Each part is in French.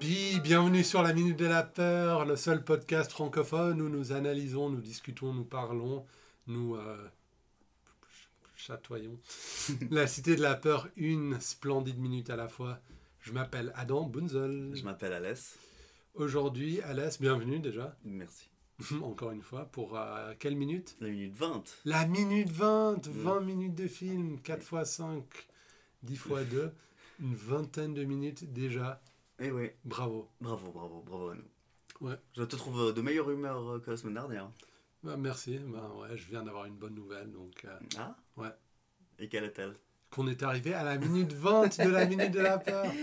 bienvenue sur la Minute de la Peur, le seul podcast francophone où nous analysons, nous discutons, nous parlons, nous euh, chatoyons. la Cité de la Peur, une splendide minute à la fois. Je m'appelle Adam Bunzel. Je m'appelle Alès. Aujourd'hui, Alès, bienvenue déjà, Merci. encore une fois, pour euh, quelle minute La minute 20. La minute 20, Mm. 20 minutes de film, 4 x 5, 10 x 2, une vingtaine de minutes déjà. Eh oui. Bravo. Bravo, bravo, bravo à nous. Ouais. Je te trouve euh, de meilleure humeur euh, que la semaine dernière. Bah, merci. Bah, ouais, je viens d'avoir une bonne nouvelle. Donc, euh, Ah Ouais. Et quelle est-elle qu'on est arrivé à la minute 20 de la minute de la peur. Ah,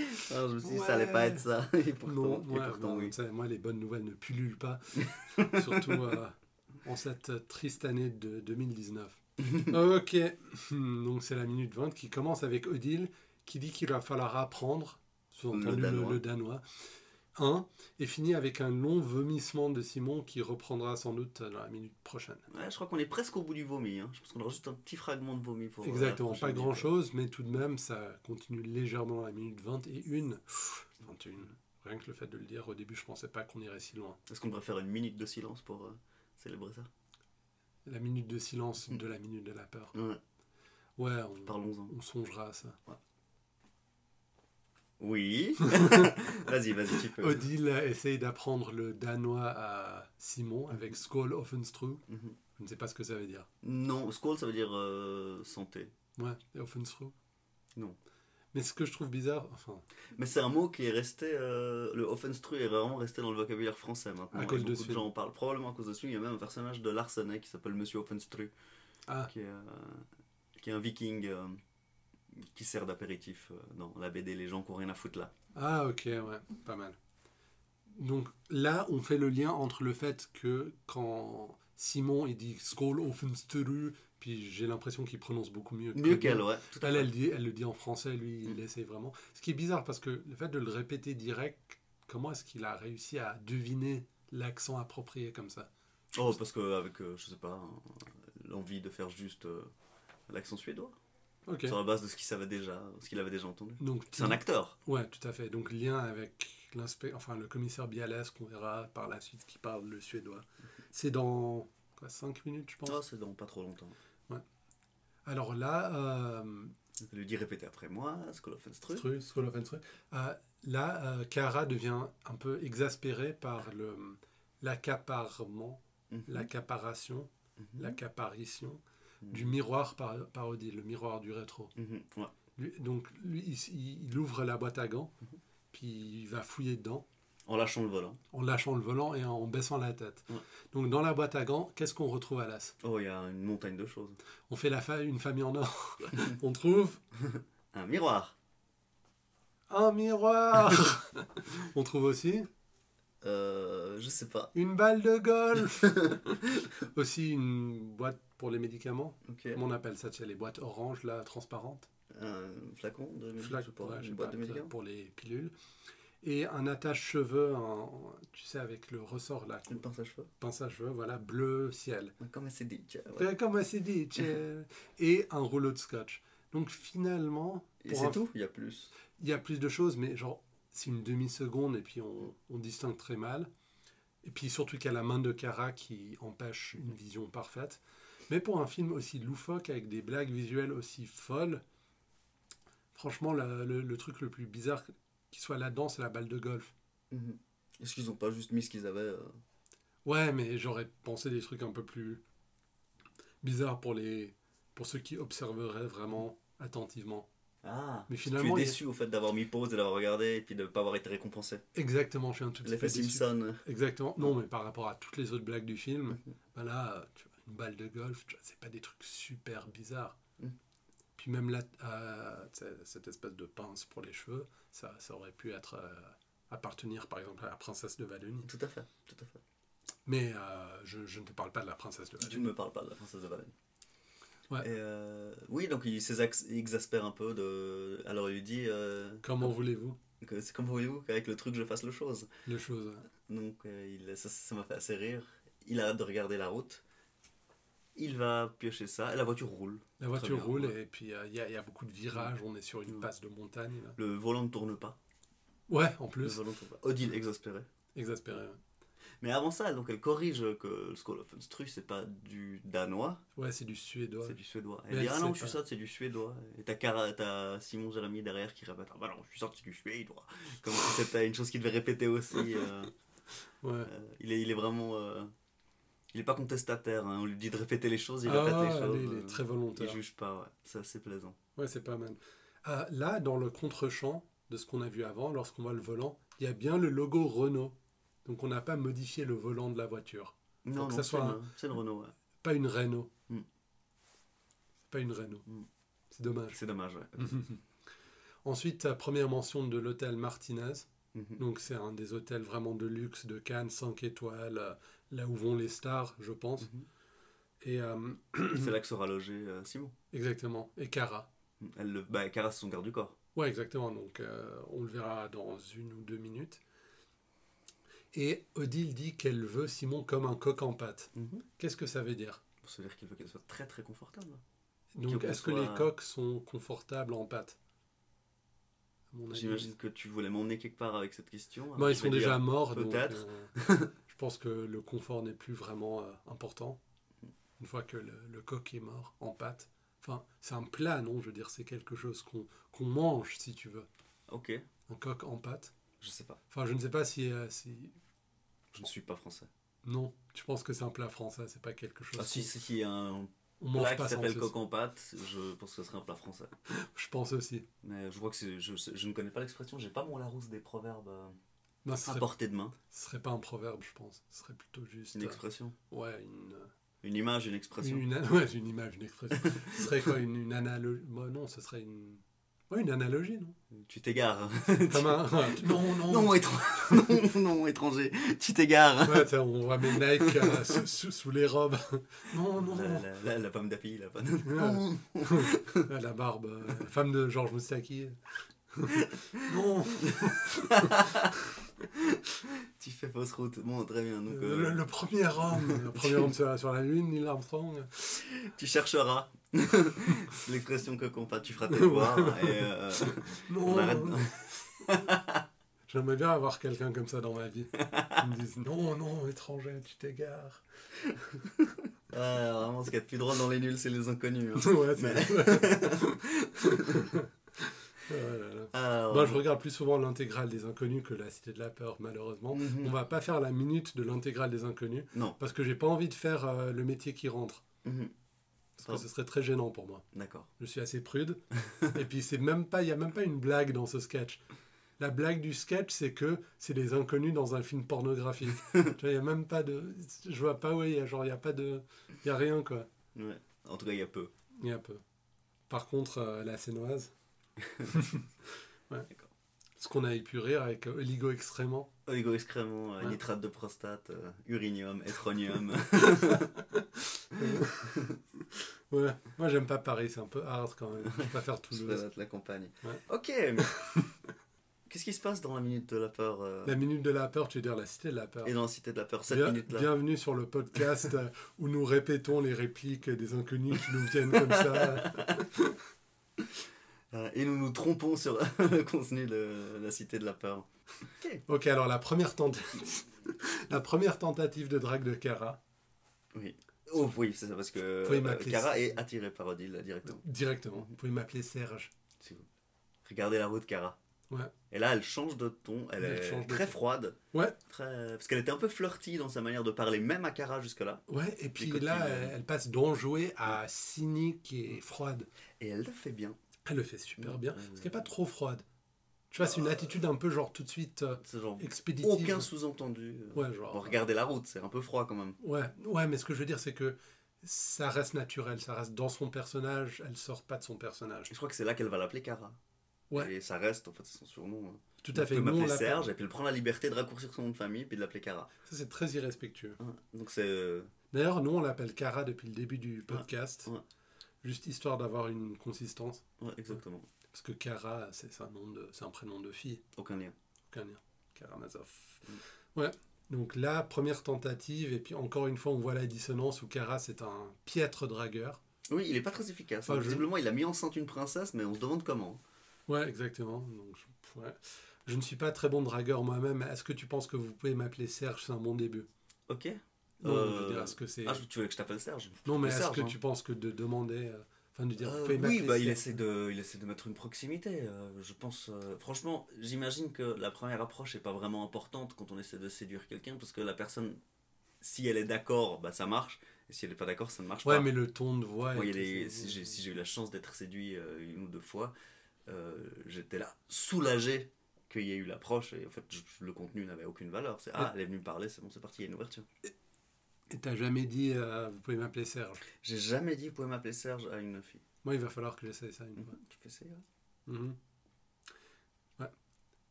Je me suis dit, Ouais. ça allait pas être ça. Et pourtant, Non, et ouais, pourtant bon, oui. tu sais, moi, les bonnes nouvelles ne pullulent pas. Surtout euh, en cette triste année de 2019. ok. Donc, c'est la minute 20 qui commence avec Odile qui dit qu'il va falloir apprendre, sous-entendu Le le, danois. le danois. 1 et finit avec un long vomissement de Simon qui reprendra sans doute dans la minute prochaine. Ouais, je crois qu'on est presque au bout du vomi. hein. Je pense qu'on aura juste un petit fragment de vomi pour. euh, la Exactement, pas prochaine grand chose, mais tout de même, ça continue légèrement à la minute 20 et une. 21. Rien que le fait de le dire, au début, je pensais pas qu'on irait si loin. vidéo. Est-ce qu'on devrait faire une minute de silence pour euh, célébrer ça La minute de silence de la minute de la peur. Ouais, Ouais, on, parlons-en. on songera à ça. Oui. vas-y, vas-y, tu peux. Odile essaye d'apprendre le danois à Simon avec Skål Offenstru. Mhm. Je ne sais pas ce que ça veut dire. Non, Skull, ça veut dire euh, santé. Ouais, et Offenstru Non. Mais ce que je trouve bizarre, enfin, Mais c'est un mot qui est resté. euh, le Offenstru est vraiment resté dans le vocabulaire français maintenant. À Et cause de beaucoup ce de film. gens en parlent probablement à cause de ce film. Il y a même un personnage de Larsenet qui s'appelle Monsieur Offenstru, Ah. qui, est, euh, qui est un viking euh, qui sert d'apéritif euh, dans la BD Les gens qui ont rien à foutre là. Ah ok, ouais, pas mal. Donc là, on fait le lien entre le fait que quand Simon, il dit Skål Offenstru, puis j'ai l'impression qu'il prononce beaucoup mieux que Mieux lui. qu'elle, ouais. Tout à Elle, fait. elle, dit- elle le dit en français, lui, il Mm. essaie vraiment. Ce qui est bizarre, parce que le fait de le répéter direct, comment est-ce qu'il a réussi à deviner l'accent approprié comme ça Oh, parce qu'avec, je sais pas, euh, l'envie de faire juste euh, l'accent suédois. Ok. Sur la base de ce qu'il savait déjà, ce qu'il avait déjà entendu. Donc, C'est un acteur. ouais, tout à fait. Donc, lien avec l'inspect, enfin, le commissaire Bialès, qu'on verra par la suite, qui parle le suédois. C'est dans 5 minutes, je pense. Oh, c'est dans pas trop longtemps. Alors là, euh, Je lui dis répéter après moi, Skull Offenstru. Stru- Skull of Enstru. Euh, là, euh, Kara devient un peu exaspérée par le l'accaparement, Mhm. l'accaparation, Mhm. l'accaparition Mhm. du miroir par, parodie, le miroir du rétro. Mhm. Ouais. Lui- donc lui, il, il- il ouvre la boîte à gants, puis il va fouiller dedans En lâchant le hein. volant. en lâchant le volant et en baissant la tête. Ouais. Donc dans la boîte à gants, qu'est-ce qu'on retrouve à l'as Oh, il y a une montagne de choses. On fait la fa- une famille en or. On trouve Un miroir. un miroir. On trouve aussi Euh, je sais pas. Une balle de golf Aussi une boîte pour les médicaments. Ok. Comment on appelle ça tu sais, Les boîtes oranges, là, transparentes. Un flacon de médicaments, Flac- je sais pas, ouais, je sais une boîte pas, de médicaments. Pour les pilules. Et un attache-cheveux, un- tu sais, avec le ressort, là, Une pince à cheveux. pince à cheveux, voilà, bleu ciel. Ah, Comme c'est dit. tiens, ouais. Euh, Comme c'est dit, tu sais. Et un rouleau de scotch. Donc finalement, Et pour c'est un- tout Il y a plus. il y a plus de choses, mais genre, c'est une demi-seconde et puis on, on distingue très mal. Et puis surtout qu'il y a la main de Kara qui empêche une vision parfaite. Mais pour un film aussi loufoque, avec des blagues visuelles aussi folles, franchement, la- le, le truc le plus bizarre qui soit là-dedans, c'est la balle de golf. Mhm. Est-ce qu'ils ont pas juste mis ce qu'ils avaient euh, Ouais, mais j'aurais pensé des trucs un peu plus bizarres pour, les, pour ceux qui observeraient vraiment attentivement. Ah Mais Tu finalement, es il y a- déçu au fait d'avoir mis pause, et d'avoir regardé et puis de pas avoir été récompensé. Exactement, je suis un tout petit peu L'effet déçu. Simpson. Exactement. Non, mais par rapport à toutes les autres blagues du film, Mhm. ben là, euh, tu vois, une balle de golf, tu vois, c'est pas des trucs super bizarres. Mhm. Puis même là, euh, tu sais, cette espèce de pince pour les cheveux, ça, ça aurait pu être euh, appartenir par exemple à la princesse de Valonie. Tout à fait. Tout à fait. Mais euh, je, je ne te parle pas de la princesse de Tu ne Valonie. me parles pas de la princesse de Valène. Ah, Ouais. Et, euh, oui, donc il s'ex- exaspère un peu de. Alors il lui dit. euh, Comment voulez-vous que C'est comme voulez-vous qu'avec le truc je fasse le chose. les choses hein? Donc euh, il, ça, ça m'a fait assez rire. Il arrête de regarder la route. Il va piocher ça. Et la voiture roule. La voiture bien, roule euh, ouais. Mm. et puis il y, a- y a beaucoup de virages, on est sur une Mhm. passe de montagne. là. Le volant ne tourne pas. Ouais, en Le plus. volant tombe. Odile exaspéré. Exaspéré. ouais. Mais avant ça, donc elle corrige que le Skull of Unstru, c'est pas du danois, Ouais, c'est du suédois. c'est du suédois. Mais Elle dit elle Ah sait non, je suis pas. sorte, c'est du suédois. Et t'as, Cara- t'as Simon Jérémy derrière qui répète Ah bah non, je suis sorte, c'est du suédois. Comme si c'était une chose qu'il devait répéter aussi. euh, Ouais. euh, il, est, il est vraiment. euh, il est pas contestataire, hein. on lui dit de répéter les choses, il répète Ah, les choses. allez, il est euh, très il volontaire. juge pas, ouais. c'est assez plaisant. Ouais, c'est pas mal. Ah, là, dans le contre-champ de ce qu'on a vu avant, lorsqu'on voit le volant, il y a bien le logo Renault. Donc on n'a pas modifié le volant de la voiture. Non, que non, ça c'est, soit le, c'est le Renault, ouais. Pas une Renault. Mm. C'est pas une Renault. Mm. C'est dommage. c'est dommage. Ouais. Mhm. Ensuite, euh, première mention de l'hôtel Martinez. Mhm. Donc c'est un des hôtels vraiment de luxe de Cannes, 5 étoiles, euh, là où vont les stars, je pense. Mhm. Et euh, C'est là que sera logé euh, Simon. exactement, et Cara. Elle le, bah, caresse son garde du corps. Ouais, exactement. Donc, euh, on le verra dans une ou deux minutes. Et Odile dit qu'elle veut Simon comme un coq en pâte. Qu'est-ce que ça veut dire Ça veut dire qu'il veut qu'elle soit très très confortable. Donc, Qu'on est-ce que soit- les coqs sont confortables en pâte À mon avis, J'imagine que tu voulais m'emmener quelque part avec cette question. Bon, Alors, ils je sont vais déjà dire, morts, donc peut-être. euh, je pense que le confort n'est plus vraiment euh, important. Une fois que le, le coq est mort en pâte. Enfin, c'est un plat, non Je veux dire, c'est quelque chose qu'on qu'on mange, si tu veux. Ok, Un coq en pâte. je sais pas. Enfin, je ne sais pas si, euh, si Je ne suis pas français. Non, je pense que c'est un plat français, c'est pas quelque chose. Ah, si, qu'on- si, il y a un on mange plat pas qui sans s'appelle sauce. coq en pâte, je pense que ce serait un plat français. Je pense aussi. Mais je crois que c'est- je, je ne connais pas l'expression, j'ai pas mon Larousse des proverbes euh, Non, ce à serait, portée de main. ce serait pas un proverbe, je pense. Ce serait plutôt juste. C'est une euh, expression. ouais, une, Une image, une une, expression. une- ouais, une image, une expression. ce serait quoi Une, une analogie Bah, Non, ce serait une. Ouais, une analogie, non Tu t'égares. Comme un. non, non, Non, étran- non, non, étranger, tu t'égares. Ouais, t'sais, on voit mes Nike euh, sous, sous- sous les robes. non, non, La, la- la- la pomme d'api, la pomme. Non, Ouais, La barbe. euh, la femme de Georges Moustaki. non tu fais fausse route. Bon, très bien. Donc, le, euh, le premier homme, le premier homme sur, la- sur la Lune, Neil Armstrong. Tu chercheras l'expression que compte pas, tu feras tes devoirs et euh, on arrête. Non, Oh. j'aimerais bien avoir quelqu'un comme ça dans ma vie. Qui me dise non, non, étranger, tu t'égares. Ah, vraiment, ce qu'il y a de plus drôle dans les nuls, c'est les inconnus. hein. ouais, Mais- c'est Ouais, là, là. Ah, Moi, Bah, je regarde plus souvent l'intégrale des inconnus que la Cité de la Peur, malheureusement. Mhm. On va pas faire la minute de l'intégrale des inconnus. Non. Parce que j'ai pas envie de faire euh, le métier qui rentre. Mhm. Parce que ce serait très gênant pour moi. D'accord. Je suis assez prude. Et puis, c'est même pas, il n'y a même pas une blague dans ce sketch. La blague du sketch, c'est que c'est des inconnus dans un film pornographique. Il n'y a même pas de. Je vois pas, oui, genre, il n'y a pas de. Il n'y a rien, quoi. Ouais. En tout cas, il y a peu. Il y a peu. Par contre, euh, la sénoise. ouais. D'accord. Ce qu'on a pu rire avec euh, Oligo extrêmement. Oligo-excréments, euh, Ouais. nitrate de prostate, euh, urinium, étronium. Ouais. Moi, j'aime pas Paris, c'est un peu hard quand même. Je préfère je Toulouse. la compagnie. Ouais. Ok. mais- Qu'est-ce qui se passe dans la minute de la peur euh, La minute de la peur, tu veux dire la cité de la peur. et dans la cité de la peur, cette Bien- minute-là Bienvenue sur le podcast euh, où nous répétons les répliques des inconnus qui nous viennent comme ça. Euh, Et nous nous trompons sur le contenu de la cité de la peur. Ok, alors la première tentative, la première tentative de drague de Cara, Oh oui, c'est ça, parce que Faut y euh, m'appeler. Cara est attirée par Odile directement. directement. Vous pouvez m'appeler Serge. Si vous- Regardez la route, Cara. Ouais. Et là, elle change de ton, elle, Elle change est de très ton. froide. Ouais. Très... Parce qu'elle était un peu flirty dans sa manière de parler, même à Cara jusque-là. Ouais, et puis côtés, là, euh, elle, elle passe d'enjouée à cynique et froide. Et elle le fait bien. Euh, Elle le fait super bien. Ouais, ouais, Parce ouais. qu'elle n'est pas trop froide. Tu vois, c'est une attitude un peu genre tout de suite euh, C'est genre expéditive. aucun sous-entendu. Ouais, genre. euh, Bon, regardez la route, c'est un peu froid quand même. Ouais, ouais, mais ce que je veux dire, c'est que ça reste naturel, ça reste dans son personnage, elle sort pas de son personnage. Je crois que c'est là qu'elle va l'appeler Cara. Ouais. Et ça reste, en fait, c'est son surnom. hein. Tout à Elle fait. peut nous, on m'appeler l'appelle- Serge, et puis elle prend la liberté de raccourcir son nom de famille, puis de l'appeler Cara. Ça, c'est très irrespectueux. Hein, Donc c'est. euh, D'ailleurs, nous, on l'appelle Cara depuis le début du podcast. ouais. Juste histoire d'avoir une consistance. ouais, exactement. Parce que Cara, c'est c'est un, nom de- c'est un prénom de fille. Aucun lien. Aucun lien. Karamazov. Mm. Ouais. Donc là, première tentative, et puis encore une fois, on voit la dissonance où Kara, c'est un piètre dragueur. Oui, il est pas très efficace. hein. Enfin, je- Visiblement, il a mis enceinte une princesse, mais on se demande comment. Ouais, exactement. Donc, je- ouais. Je ne suis pas très bon dragueur moi-même. Est-ce que tu penses que vous pouvez m'appeler Serge C'est un bon début. Ok. Non, Euh, je veux dire, est-ce que c'est. Ah, tu veux que je t'appelle Serge non, mais c'est est-ce Serge, que hein. tu penses que de demander. euh, Enfin, de dire, vous Euh, pouvez m'appeler oui, bah, il, Serge essaie de, il essaie de mettre une proximité. euh, je pense, euh, franchement, j'imagine que la première approche n'est pas vraiment importante quand on essaie de séduire quelqu'un, parce que la personne, si elle est d'accord, bah, ça marche, et si elle n'est pas d'accord, ça ne marche Ouais, pas. mais le ton de voix. et Moi, il y a tout, des- c'est- euh, si j'ai si j'ai eu la chance d'être séduit euh, une ou deux fois, euh, j'étais là soulagé qu'il y ait eu l'approche, et en fait, je- je- le contenu n'avait aucune valeur. C'est, ah, elle est venue me parler, c'est bon, c'est parti, il y a une ouverture. Et t'as jamais dit, euh, vous pouvez m'appeler Serge. J'ai jamais dit, vous pouvez m'appeler Serge à une fille. bah, Moi, il va falloir que j'essaie ça une fois. Tu peux essayer, ouais. Mhm. Ouais.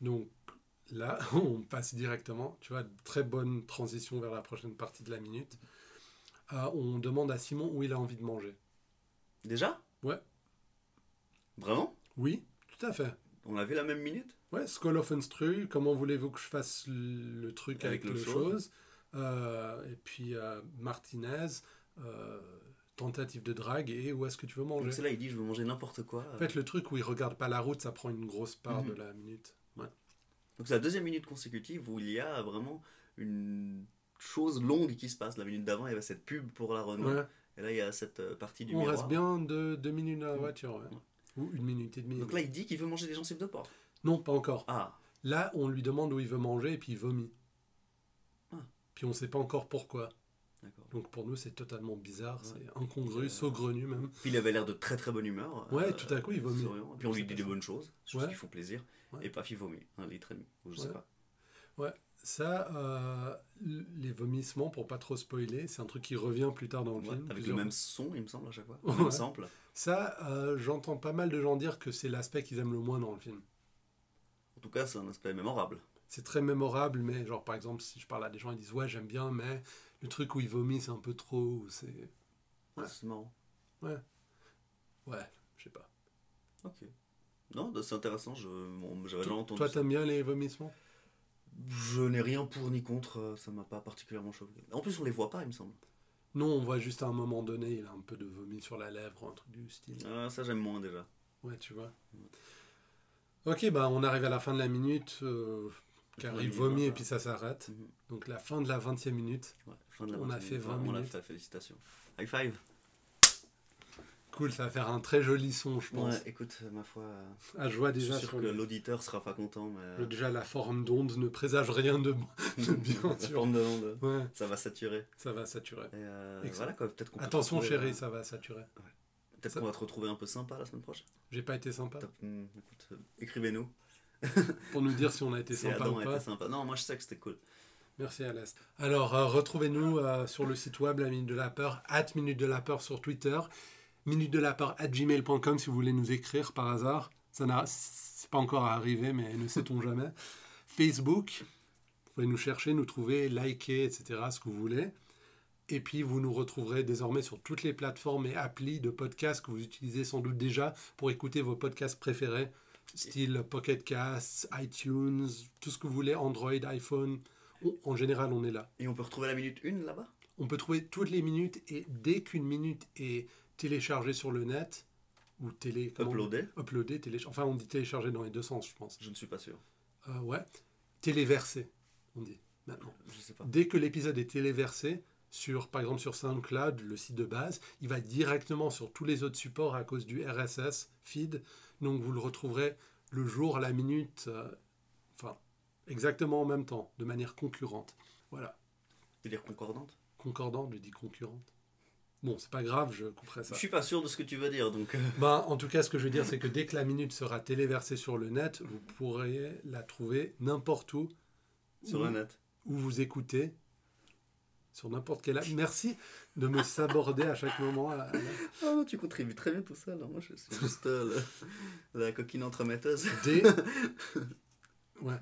Donc là, on passe directement, tu vois, très bonne transition vers la prochaine partie de la minute. Euh, on demande à Simon où il a envie de manger. Déjà Ouais. Vraiment Oui, tout à fait. On a vu la même minute Ouais, Skull of Unstru, comment voulez-vous que je fasse le truc avec, Avec le le chose Euh, Et puis euh, Martinez, euh, tentative de drague et où est-ce que tu veux manger Donc c'est là, il dit je veux manger n'importe quoi. En fait, le truc où il regarde pas la route, ça prend une grosse part Mhm. de la minute. Ouais. Donc c'est la deuxième minute consécutive où il y a vraiment une chose longue qui se passe. La minute d'avant, il y avait cette pub pour la Renault. Ouais. Et là, Ah il y a cette euh, partie du On miroir. Mhm. reste bien de deux minutes dans la voiture, ouais. Ouais. ou une minute et demie. Donc là, il dit qu'il veut manger des gencives de porc. non, pas encore. Ah, Là, on lui demande où il veut manger et puis il vomit. Ah. Puis on sait pas encore pourquoi. d'accord. Donc pour nous, c'est totalement bizarre, Ouais. c'est incongru, Euh, saugrenu même. Puis il avait l'air de très très bonne humeur. Euh, Ouais, tout à coup, il vomit. souriant. Et Puis on lui C'est dit pas des ça. bonnes choses, des choses Ouais. qui font plaisir. Ouais. Et paf, il vomit. Un litre et demi, ou je Ouais. sais pas. Ça, euh, l- les vomissements, pour pas trop spoiler, c'est un truc qui revient plus tard dans le Ouais, film. avec plusieurs- le même son, il me semble, à chaque fois. Ouais. Le même sample. Ça, euh, j'entends pas mal de gens dire que c'est l'aspect qu'ils aiment le moins dans le film. En tout cas, c'est un aspect mémorable. c'est très mémorable, mais genre par exemple, si je parle à des gens, ils disent ouais, j'aime bien, mais le truc où il vomit, c'est un peu trop, ou c'est. Ouais. C'est marrant. Ouais, je sais pas. Ok. Non, bah, c'est intéressant, je- bon, j'avais déjà entendu Toi, ça. t'aimes bien les vomissements Je n'ai rien pour ni contre, euh, ça m'a pas particulièrement choqué. En plus, on les voit pas, il me semble. Non, on voit juste à un moment donné, il a un peu de vomi sur la lèvre, un truc du style. Ah, ça, j'aime moins déjà. Ouais, tu vois. Ok, bah on arrive à la fin de la minute, euh, car La il minute, vomit et voilà. puis ça s'arrête. Mhm. Donc la fin de la 20 e minute. Ouais, fin de la On a matinée. Ah, fait 20 On l'a minutes. fait, félicitations. High five. Cool, ça va faire un très joli son, je pense. Ouais, écoute, euh, ma foi, euh, Ah, je vois je suis déjà, sûr sur que le- l'auditeur sera pas content, mais. euh, le- déjà la forme d'onde ne présage rien de bon. le bien, la sûr. forme de l'onde, Ouais, ça va saturer. ça va saturer. Et, euh, Excellent. voilà quoi, peut-être qu'on peut Attention retrouver, chérie, euh, ça va saturer. Peut-être qu'on va te retrouver un peu sympa la semaine prochaine. J'ai pas été sympa Top, hum, écoute, euh, écrivez-nous. pour nous dire si on a été Si sympa Adam ou a pas. été sympa. Non, moi je sais que c'était cool. Merci Alas. Alors euh, retrouvez-nous euh, sur le site web la minute de la peur at minute de la peur sur Twitter, minute de la peur at gmail.com si vous voulez nous écrire par hasard. Ça n'a c'est pas encore arrivé mais ne sait-on jamais. Facebook, vous pouvez nous chercher, nous trouver, liker, etc. ce que vous voulez. Et puis vous nous retrouverez désormais sur toutes les plateformes et applis de podcasts que vous utilisez sans doute déjà pour écouter vos podcasts préférés, style Pocket Casts, iTunes, tout ce que vous voulez, Android, iPhone. On- en général, on est là. Et on peut retrouver la minute 1 là-bas On peut trouver toutes les minutes et dès qu'une minute est téléchargée sur le net, ou télé, comment on dit Uploader Uploadée, téléchargée. Enfin, on dit téléchargée dans les deux sens, je pense. Je ne suis pas sûr. Euh, ouais. Téléversée, on dit maintenant. Je sais pas. Dès que l'épisode est téléversé, sur, par exemple sur SoundCloud, le site de base, il va directement sur tous les autres supports à cause du RSS feed. Donc vous le retrouverez le jour, la minute, euh, enfin, exactement en même temps, de manière concurrente. Voilà. Délire concordante Concordant, lui dit concurrente. Bon, c'est pas grave, je couperai Je ça. suis pas sûr de ce que tu veux dire, donc. euh, Ben, en tout cas, ce que je veux dire, c'est que dès que la minute sera téléversée sur le net, vous pourrez la trouver n'importe où, sur où, le net. où vous écoutez, sur n'importe quelle app. Merci de me saborder à chaque moment. à- à la- Ah non, tu contribues très bien tout ça, là. Moi, je suis juste euh, le- la coquine entremetteuse. Dès... Ouais.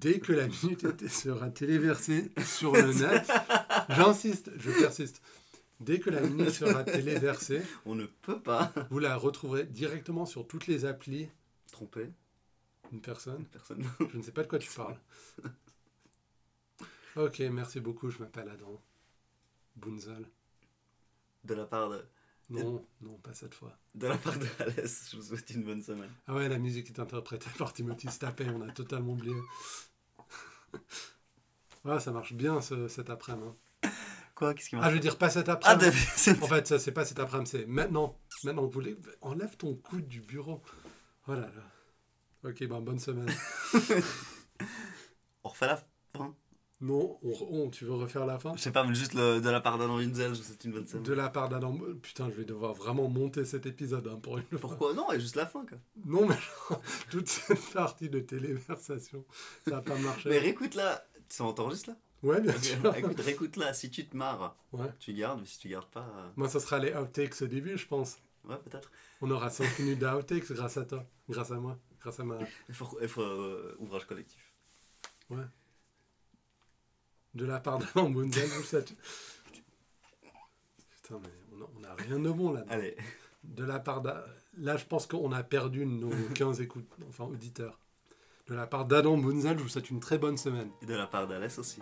Dès que la minute est- sera téléversée sur le net, j'insiste, je persiste. Dès que la minute sera téléversée, On ne peut pas vous la retrouverez directement sur toutes les applis. tromper Une personne une personne. Je ne sais pas de quoi tu parles. Ok, merci beaucoup. Je m'appelle Adam Bunzel. De la part de Non, non, pas cette fois. De la part de Alès, je vous souhaite une bonne semaine. Ah ouais, la musique est interprétée par Timothy Stappé, on a totalement oublié. ah, ça marche bien ce- cet après-midi. Quoi Qu'est-ce qui Ah, je veux dire, pas cet Ah, après-midi. de- c'est- En fait, ça, c'est pas cet après-midi, c'est maintenant. Maintenant, vous voulez. Enlève ton coude du bureau. Voilà. là. Ok, ben, bonne semaine. on refait la fin. Non, on, on- tu veux refaire la fin Je sais pas, mais juste le- de la part d'Adam Rinzel, je vous souhaite une bonne semaine. De la part d'Adam. Putain, je vais devoir vraiment monter cet épisode hein, pour une fois. Pourquoi Non, et juste la fin, quoi. Non, mais genre, toute cette partie de téléversation, ça n'a pas Mais marché. réécoute-la. Tu en- t'enregistres là Ouais, bien Ok, sûr. Écoute, réécoute-la. Si tu te marres, Ouais. tu gardes, mais si tu gardes pas, euh, Moi, ça sera les outtakes au début, je pense. ouais, peut-être. On aura 5 minutes d'outtakes grâce à toi, grâce à moi, grâce à ma. Il faut, il faut, euh, ouvrage collectif. De la part d'Adam Bunzel, tout ça. tu- Putain, mais on a- on n'a rien de bon là. Allez, De la part d'A- Là, je pense qu'on a perdu nos 15 écoutes, enfin auditeurs. De la part d'Adam Bunzel, je vous souhaite une très bonne semaine. et de la part d'Alès aussi.